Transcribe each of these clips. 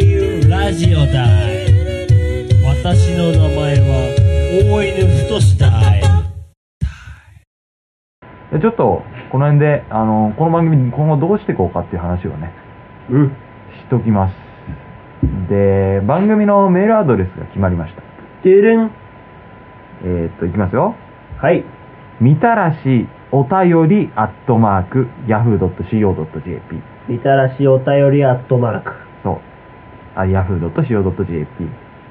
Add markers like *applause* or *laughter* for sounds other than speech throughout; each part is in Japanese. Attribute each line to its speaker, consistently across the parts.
Speaker 1: ジオだい私の名前は大犬太しだい
Speaker 2: でちょっと、この辺で、あの、この番組に今後どうしていこうかっていう話をね、
Speaker 3: うん。
Speaker 2: しときます。で、番組のメールアドレスが決まりました。
Speaker 3: てれん。
Speaker 2: えーっと、いきますよ。
Speaker 3: はい。
Speaker 2: みたらしお便りアットマーク、yahoo.co.jp。
Speaker 3: みたらしお便りアットマーク。
Speaker 2: そう。あ、yahoo.co.jp。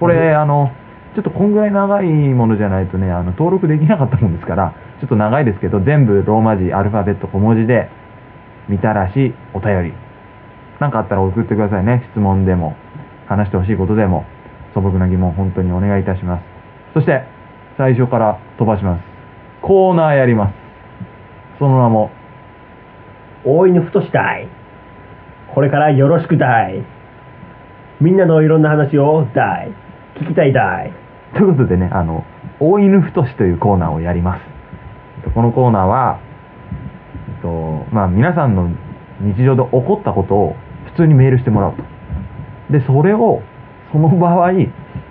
Speaker 2: これ、
Speaker 3: う
Speaker 2: あの、ちょっとこんぐらい長いものじゃないとね、あの、登録できなかったもんですから、ちょっと長いですけど、全部ローマ字、アルファベット小文字で、みたらし、お便り。なんかあったら送ってくださいね。質問でも、話してほしいことでも、素朴な疑問、本当にお願いいたします。そして、最初から飛ばします。コーナーやります。その名も、
Speaker 3: 大犬太しだい。これからよろしくだい。みんなのいろんな話をだい。聞きたいだい。
Speaker 2: ということでね、あの、大犬太しというコーナーをやります。えっとこのコーナーは、えっと、まあ、皆さんの日常で起こったことを普通にメールしてもらうと。で、それを、その場合、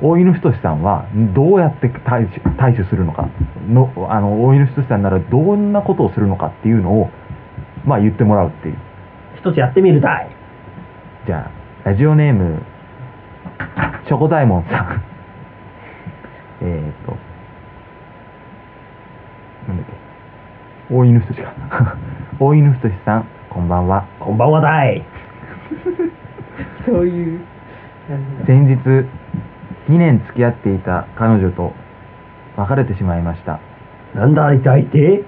Speaker 2: 大犬太しさんはどうやって対処対処するのかの、あの、大犬太しさんならどんなことをするのかっていうのを、まあ、言ってもらうっていう。
Speaker 3: 一つやってみるだい。
Speaker 2: じゃあ、ラジオネーム、チョコダイモンさん。 *laughs* えーと、なんだっけ、大犬太志か。 *laughs* 大犬太志さん、こんばんは。
Speaker 3: こんばんはだい。
Speaker 4: そういう、なんだろう
Speaker 2: 先日、2年付き合っていた彼女と別れてしまいました。
Speaker 3: なんだいだいって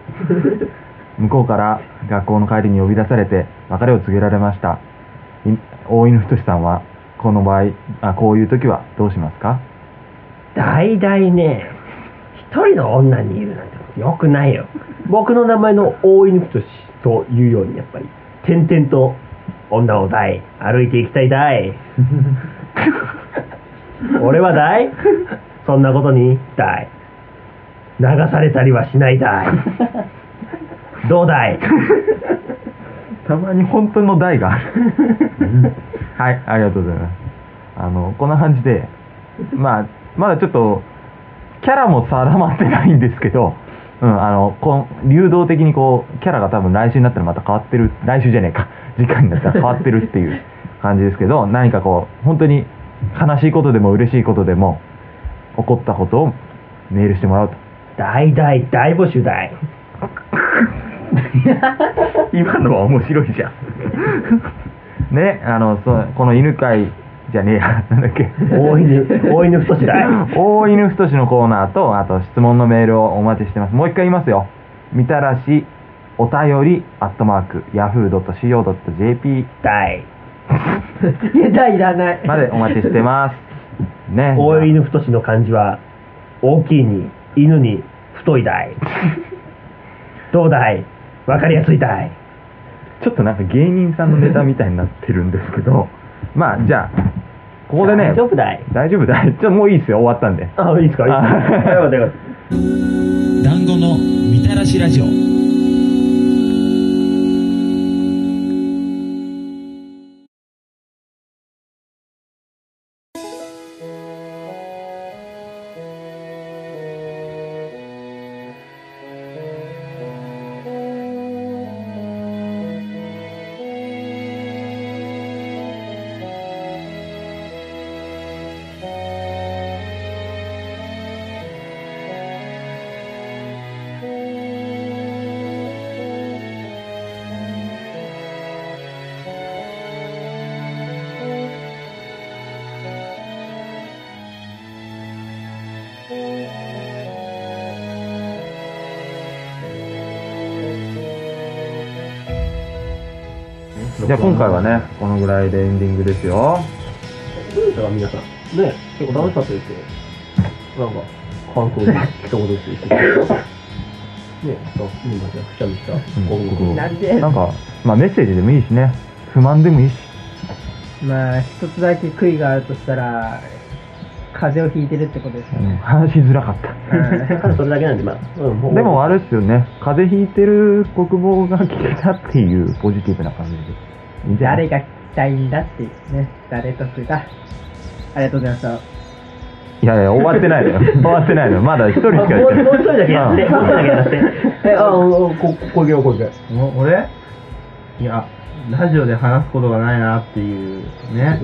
Speaker 2: 向こうから学校の帰りに呼び出されて別れを告げられましたい大犬太志さんはこの場合あこういう時はどうします
Speaker 3: *laughs*
Speaker 2: か
Speaker 3: 大々ね、一人の女にいるなんてよくないよ。僕の名前の大犬太しというように、やっぱり、点々と女を大、歩いていきたい大。俺は大、そんなことに大。流されたりはしない大。どうだい
Speaker 2: たまに本当の台があるはいありがとうございますあのこんな感じでまあまだちょっとキャラも定まってないんですけど、うん、あのこん流動的にこうキャラが多分来週になったらまた変わってる来週じゃねえか時間になったら変わってるっていう感じですけど何かこう本当に悲しいことでも嬉しいことでも起こったことをメールしてもらうと
Speaker 3: 大大大募集大。
Speaker 2: *laughs* 今のは面白いじゃん *laughs* ねあのそうこの犬飼いじゃねえや *laughs* なんだっけ
Speaker 3: 大
Speaker 2: *laughs*
Speaker 3: 犬、大犬太し大。
Speaker 2: 大犬太のコーナーとあと質問のメールをお待ちしてますもう一回言いますよみたらしお便りアットマーク yahoo.co.jp *laughs*
Speaker 3: 大。
Speaker 4: いや、だいらない。
Speaker 2: までお待ちし
Speaker 3: *laughs*
Speaker 2: てますね
Speaker 3: 大犬太しの漢字は大きいに犬に太いだ
Speaker 2: *laughs*
Speaker 3: いどうだいわかりやすいだい
Speaker 2: ちょっとなんか芸人さんのネタみたいになってるんですけどまあじゃあここでね
Speaker 3: 大丈夫だい
Speaker 2: 大丈夫だい *laughs* ちょもういいですよ終わったんで
Speaker 3: あいいですかいいですか
Speaker 2: あ
Speaker 3: よかったよかっ
Speaker 1: 団子のみたらしラジオ
Speaker 2: じゃあ今回はねこのぐらいでエンディングですよ
Speaker 3: たどうでしたか皆さんね結構楽しかったですよなんか観光に来たことですよ
Speaker 2: *laughs*
Speaker 3: ねなんか今じゃくしゃみした
Speaker 2: うん
Speaker 3: 広告
Speaker 2: うん
Speaker 4: なんで
Speaker 2: なんか、まあ、メッセージでもいいしね不満でもいいし
Speaker 4: まあ、一つだけ悔いがあるとしたら、風邪をひいてるってことですかね。
Speaker 2: 話しづらかった
Speaker 4: うん
Speaker 3: ただそれだけなんでまあ、うんう
Speaker 2: でもあれですよね、風邪ひいてる国防が聞けたっていうポジティブな感じで。
Speaker 4: 誰が聞きたいんだっていうね、誰得だ。ありがとうございました。
Speaker 2: いやいや、終わってないのよ。終わってないのよ。まだ一人し
Speaker 3: も
Speaker 2: か
Speaker 3: う
Speaker 2: やって
Speaker 3: もう一人だけやって、もう一人だけや
Speaker 2: な
Speaker 3: っ
Speaker 2: い。
Speaker 3: て。え、あ、おおこ、こげよ、こげ。
Speaker 5: お俺いや、ラジオで話すことがないなっていう、ね。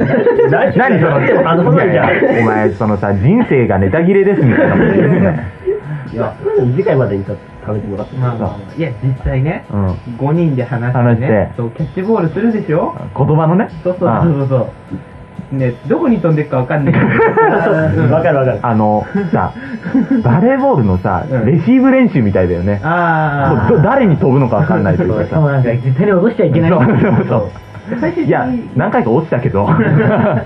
Speaker 3: 何
Speaker 2: *laughs* 何その、
Speaker 3: あの、そんなん
Speaker 2: い
Speaker 3: じゃ
Speaker 2: やいやお前、そのさ、人生がネタ切れですみたいなこと言うね。
Speaker 3: いや、次回までにた食べてもらって。
Speaker 5: まあまあまあ、いや、実際ね、
Speaker 2: うん。
Speaker 5: 5人で話
Speaker 2: 話
Speaker 5: して、
Speaker 2: し
Speaker 5: ね
Speaker 2: て、
Speaker 5: そうキャッチボールするでしょ
Speaker 2: 言葉のね。
Speaker 5: そうそうそうそうそう。ね、どこに飛んでくかわ
Speaker 2: *laughs*
Speaker 5: かんないから。うん
Speaker 3: わかるわかる。
Speaker 2: あの、さ、バレーボールのさ、
Speaker 5: うん
Speaker 2: レシーブ練習みたいだよね。
Speaker 5: あ
Speaker 2: こうど誰に飛ぶのかわかんないというかさ。
Speaker 3: なんか、絶対に落としちゃい
Speaker 2: そうそうそう。いや、何回か落ちたけど。
Speaker 5: あ。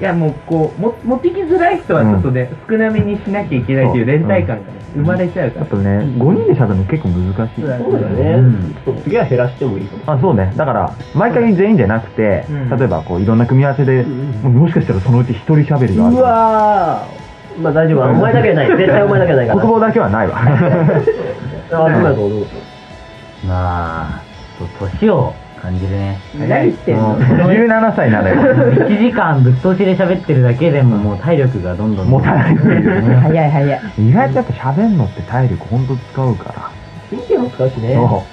Speaker 5: いや、もう、こう、も、持ってきづらい人はちょっとね、少なめにしなきゃいけないという連帯感がね、生まれちゃうか
Speaker 2: やっ。
Speaker 5: ら
Speaker 2: ぱね、5人で喋るの結構難しい。
Speaker 3: そうだ
Speaker 2: う
Speaker 3: ね
Speaker 2: ん。
Speaker 3: ちょっと次は減らしてもいいかも。
Speaker 2: あそうね、だから、毎回全員じゃなくて、
Speaker 5: うん
Speaker 2: 例えばこういろんな組み合わせで、もしかしたらそのうち一人喋りがある
Speaker 3: う
Speaker 2: かも。
Speaker 3: わーまあ大丈夫お前だけじゃない絶対お前だけじゃないから
Speaker 2: 国語だけはないわ。
Speaker 3: あそうだと思う
Speaker 6: まあ、年を感じるね。
Speaker 4: 何言ってん
Speaker 5: *laughs*
Speaker 4: の
Speaker 2: 17歳なのよ。
Speaker 6: 1時間ぶっ通しで喋ってるだけでももう体力がどんどん
Speaker 2: 持たないっていうね。
Speaker 4: 早い早い。
Speaker 2: 意外とやっぱ喋るのって体力ほんと使うから。
Speaker 3: 神経も使うしね
Speaker 2: そう。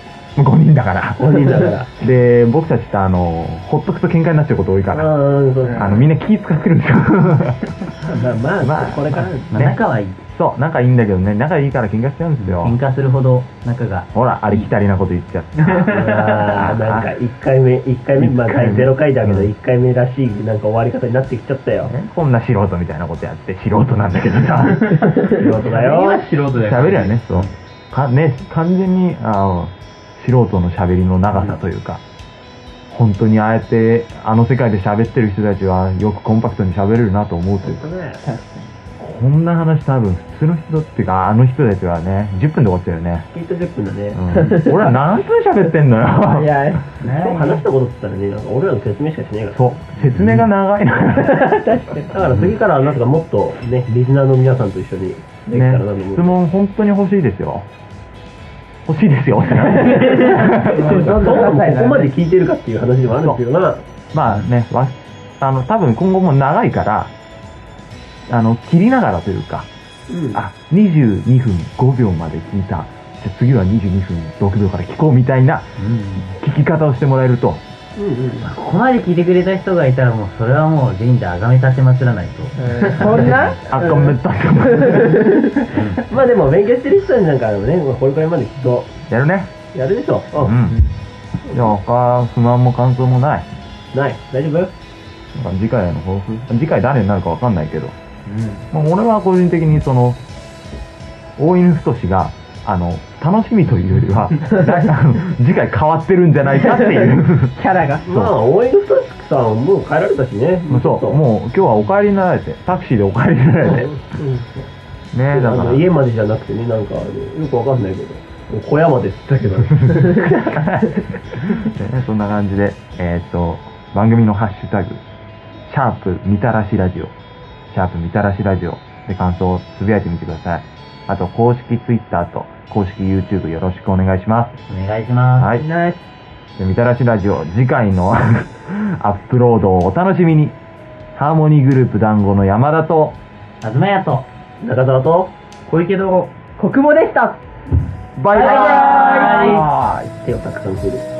Speaker 2: 5人だから。
Speaker 3: 5人だから
Speaker 2: で、僕たちってあの、ほっとくと喧嘩になっちゃうこと多いから、
Speaker 3: うんそう
Speaker 2: あの、みんな気使ってるんですよ。
Speaker 3: ま
Speaker 2: *laughs*
Speaker 3: あまあ、
Speaker 2: まあ
Speaker 3: これから
Speaker 6: まあ
Speaker 2: ね
Speaker 6: 仲はいい。
Speaker 2: そう、仲いいんだけどね、仲いいから喧嘩しちゃうんですよ。
Speaker 6: 喧嘩するほど仲
Speaker 3: *laughs*
Speaker 6: が。
Speaker 2: ほら、ありきたりなこと言っちゃって。
Speaker 3: あーなんか一回目一回目まあ
Speaker 2: 一回目
Speaker 3: 第0回だけど
Speaker 2: うん
Speaker 3: 一回目らしいなんか終わり方になってきちゃったよ
Speaker 2: ねこんな素人みたいなことやって、素人なんだけどさ。
Speaker 3: 仕事だ
Speaker 5: 今
Speaker 3: よ
Speaker 5: は素人だよ。
Speaker 2: 喋りはね、そう。かね、完全に、あの、素人の喋りの長さというか、本当にああやって、あの世界で喋ってる人たちは、よくコンパクトに喋れるなと思うというか、こんな話多分、普通の人っていうか、あの人たちはね、10分で終わっちゃうよね。
Speaker 3: ヒート10分だね、
Speaker 2: うん、俺ら何分喋ってんの
Speaker 4: い
Speaker 2: よ。
Speaker 4: や、
Speaker 3: 今日話したことって言ったらねなんか俺らの説明しかしねえから
Speaker 2: そう、説明が長いのよ。
Speaker 3: だから次からはなんかもっとねリスナーの皆さんと一緒にできたらな
Speaker 2: ね
Speaker 3: と思、う、
Speaker 2: 質問本当に欲しいですよ。欲しいですよ。 *laughs*
Speaker 3: どうもここまで聞いてるかっていう話でもあるんですけどな
Speaker 2: まあね、わあの多分今後も長いから、あの切りながらというか、
Speaker 3: うん
Speaker 2: あ22分5秒まで聞いた、じゃあ次は22分6秒から聞こうみたいな聞き方をしてもらえると、
Speaker 3: うんうん
Speaker 6: ここまで聞いてくれた人がいたらもうそれはもう全員であがめ立てまつらないと。
Speaker 4: そんな
Speaker 2: あごめんなさい
Speaker 3: まあでも勉強してる人なんかでもね、まあ、これくらいまできっと
Speaker 2: *laughs* やるね。
Speaker 3: やるでしょ。
Speaker 2: う。
Speaker 3: うん
Speaker 2: じゃあ他不満も感想もない。
Speaker 3: ん。ない。大丈夫
Speaker 2: なんか次回への抱負次回誰になるかわかんないけど、
Speaker 5: うん。
Speaker 2: まあ、俺は個人的にその、大犬太志が、あの、楽しみというより
Speaker 3: *laughs*
Speaker 2: は、来あの次回変わってるんじゃないかって
Speaker 3: *laughs*
Speaker 5: *laughs*
Speaker 2: いう。
Speaker 4: キャラが。
Speaker 3: まあ、応援の人さんはもう帰られたしね。
Speaker 2: そう、もう今日はお帰りになられて、タクシーでお帰りになられて。
Speaker 3: うん
Speaker 2: ねだ
Speaker 3: あ
Speaker 2: か
Speaker 3: の家までじゃなくてね、なんか、あのよくわかんないけど、小屋までって言
Speaker 2: *laughs*
Speaker 3: ったけど、
Speaker 2: ら、 *laughs* ね、そんな感じで、えーっと、番組のハッシュタグ、シャープみたらしラジオ、シャープみたらしラジオで感想をつぶやいてみてください。あと、公式 Twitter と公式 YouTube よろしくお願いします。
Speaker 6: お願いします。
Speaker 2: はい。
Speaker 4: ナイ
Speaker 2: でみたらしラジオ、次回の *laughs* アップロードをお楽しみに。ハーモニーグループ団子の山田と、
Speaker 6: あずまやと。
Speaker 3: 中澤と、
Speaker 5: 小池堂
Speaker 4: ス。国語でした
Speaker 2: バイ
Speaker 6: バイ
Speaker 2: バイ
Speaker 6: バ
Speaker 2: バイ
Speaker 3: 手をたくさん振る。